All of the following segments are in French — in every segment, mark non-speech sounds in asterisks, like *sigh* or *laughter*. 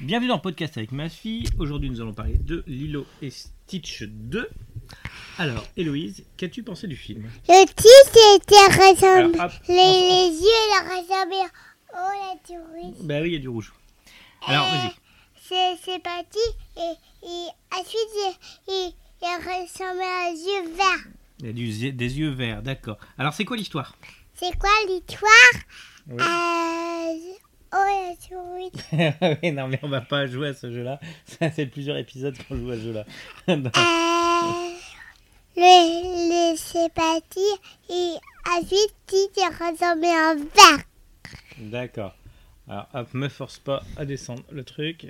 Bienvenue dans le podcast avec ma fille. Aujourd'hui, nous allons parler de Lilo et Stitch 2. Alors, Héloïse, qu'as-tu pensé du film Le titre était rassemblé. Alors, hop. Les, les ah. yeux la rassemblé. Oh la touriste. Bah oui, il y a du rouge. Alors, vas-y. C'est, c'est parti. Et, et ensuite, il, il, il ressemble à un yeux vert. Il y a du zi- des yeux verts, d'accord. Alors, c'est quoi l'histoire C'est quoi l'histoire Oui. Euh, Oh la touriste. *laughs* Oui, Non, mais on va pas jouer à ce jeu-là. *laughs* Ça fait plusieurs épisodes qu'on joue à ce jeu-là. *laughs* Non. Euh, le, le, c'est parti. Et ensuite, il se ressemble à un vert. D'accord. Alors, hop, me force pas à descendre le truc.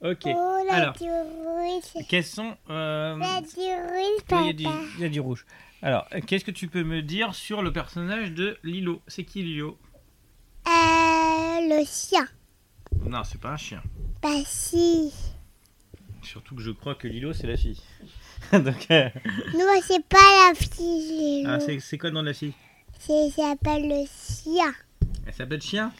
Ok. Oh la Alors, touriste. quels sont. euh, La touriste, Oui, papa. il, y a du, il y a du rouge. Alors, euh, qu'est-ce que tu peux me dire sur le personnage de Lilo C'est qui Lilo Euh, le chien. Non, c'est pas un chien. Bah si. Surtout que je crois que Lilo, c'est la fille. *laughs* Donc, euh, Non, bah, c'est pas la fille. ah, c'est c'est quoi le nom de la fille c'est ça s'appelle le chien. Elle s'appelle Chien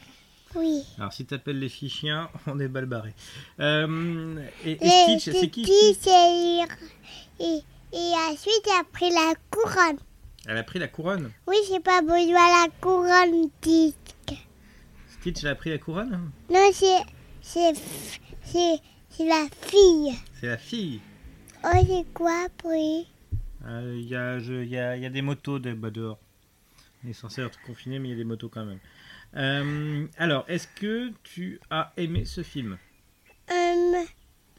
Oui. Alors, si t'appelles les filles chiens, *laughs* on est mal barré. Euh, et, et Le Stitch, c'est qui petit, c'est- et, et ensuite, il a pris la couronne. Elle a pris la couronne. Oui, j'ai pas besoin de la couronne, dit. Stitch, elle a pris la couronne Non, c'est, c'est, c'est, c'est la fille. C'est la fille. Oh, c'est quoi, puis Euh, Il y, a, je- il y a- il y a des motos de, bah, dehors. On est censé être confiné, mais il y a des motos quand même. Euh, alors, est-ce que tu as aimé ce film Hum,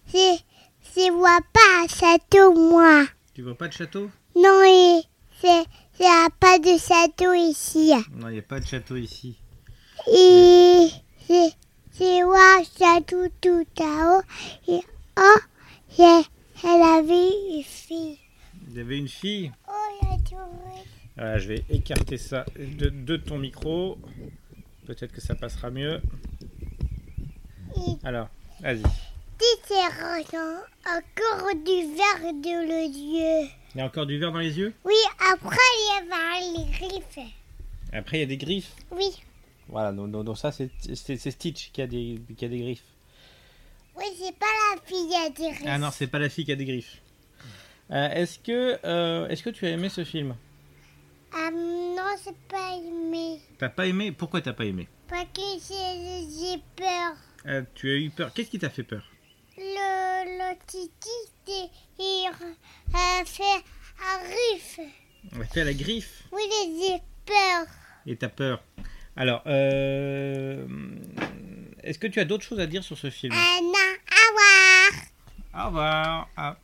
c'est, c'est moi pas, ça tout, moi. Tu vois pas de château Non, et c'est, il y a pas de château ici. Non, il n'y a pas de château ici. Ah, Et c'est c'est moi, ça tout tout là-haut. Et oh, j'ai- elle avait une fille. Il y avait une fille. Oh, la tourette. Voilà, Ah, je vais écarter ça de, de ton micro. Peut-être que ça passera mieux. Et Alors, vas-y. petit serrant, encore du verre de le dieu. Il y a encore du verre dans les yeux Oui, après, il y avait les griffes. Après, il y a des griffes. Oui, Voilà, donc, donc- donc ça, c'est c'est- c'est Stitch qui a, des, qui a des griffes. oui, c'est pas la fille à des griffes. Ah non, c'est pas la fille qui a des griffes. Euh, est-ce que, euh, est-ce que tu as aimé ce film Ah non, c'est pas aimé. T'as pas aimé Pourquoi t'as pas aimé Parce que j'ai j'ai peur. Euh, Tu as eu peur. Qu'est-ce qui t'a fait peur Le, le titi, c'est- il a fait un riff. On a fait la griffe Oui, j'ai peur. et t'as peur. Alors, euh, est-ce que tu as d'autres choses à dire sur ce film Anna, au revoir. Au revoir. Ah.